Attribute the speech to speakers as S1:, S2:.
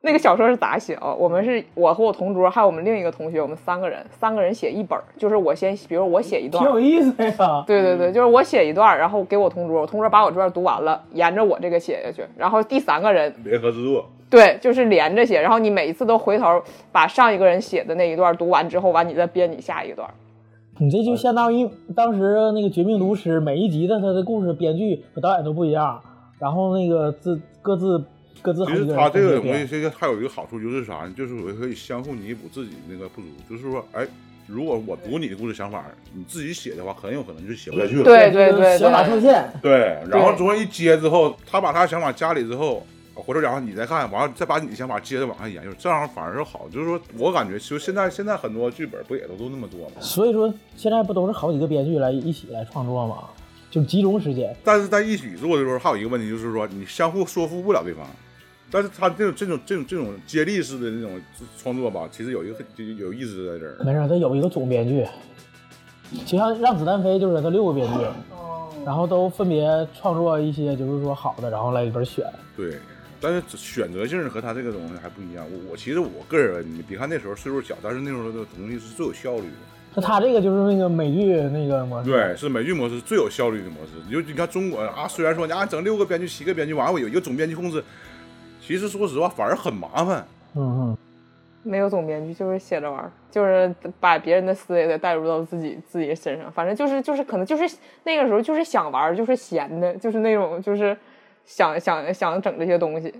S1: 那个小说是咋写啊？我们是我和我同桌，还有我们另一个同学，我们三个人，三个人写一本儿，就是我先，比如我写一段
S2: 挺，有嗯意思的呀。
S1: 对对对，就是我写一段，然后给我同桌，我同桌把我这段读完了，沿着我这个写下去，然后第三个人
S3: 联合制作，
S1: 对，就是连着写，然后你每一次都回头把上一个人写的那一段读完之后，完你再编你下一段。
S2: 你这就相当于当时那个《绝命毒师》每一集的他的故事编剧和导演都不一样，然后那个自各自各自好
S3: 其
S2: 几
S3: 实
S2: 个
S3: 它
S2: 人分
S3: 这个
S2: 别
S3: 东西
S2: 编。
S3: 这个还有一个好处就是啥呢？就是我可以相互弥补自己那个不足，就是说，哎，如果我读你的故事想法，你自己写的话，很有可能就写不下去了。
S1: 对对对
S2: 小马
S1: 对
S2: 上线，
S3: 对，然后
S1: 对
S3: 中间一接之后，他把他的想法加里之后，回头然后你再看，完了再把你的想法接着往上研究，这样反而是好。就是说我感觉，就现在现在很多剧本不也都都那么做吗？
S2: 所以说现在不都是好几个编剧来一起来创作吗？就集中时间。
S3: 但是在一起做的时候，还有一个问题就是说，你相互说服不了对方。但是他这种这种这种这种接力式的那种创作吧，其实有一个很就有意思在这 儿。
S2: 没事儿，他有一个总编剧，就像《让子弹飞》就是他六个编剧，然后都分别创作一些就是说好的，然后来里边儿选。
S3: 对，但是选择性和他这个东西还不一样。我我其实我个人，你别看那时候岁数小，但是那时候的东西是最有效率的。
S2: 那他这个就是那个美剧那个模式，
S3: 对，是美剧模式最有效率的模式。尤其你看中国啊，虽然说你啊整六个编剧、七个编剧，完了我有一个总编辑控制，其实说实话反而很麻烦。
S2: 嗯嗯，
S1: 没有总编剧，就是写着玩儿，就是把别人的思维得带入到自己自己身上。反正就是就是可能就是那个时候就是想玩儿，就是闲的，就是那种就是想想想整这些东西。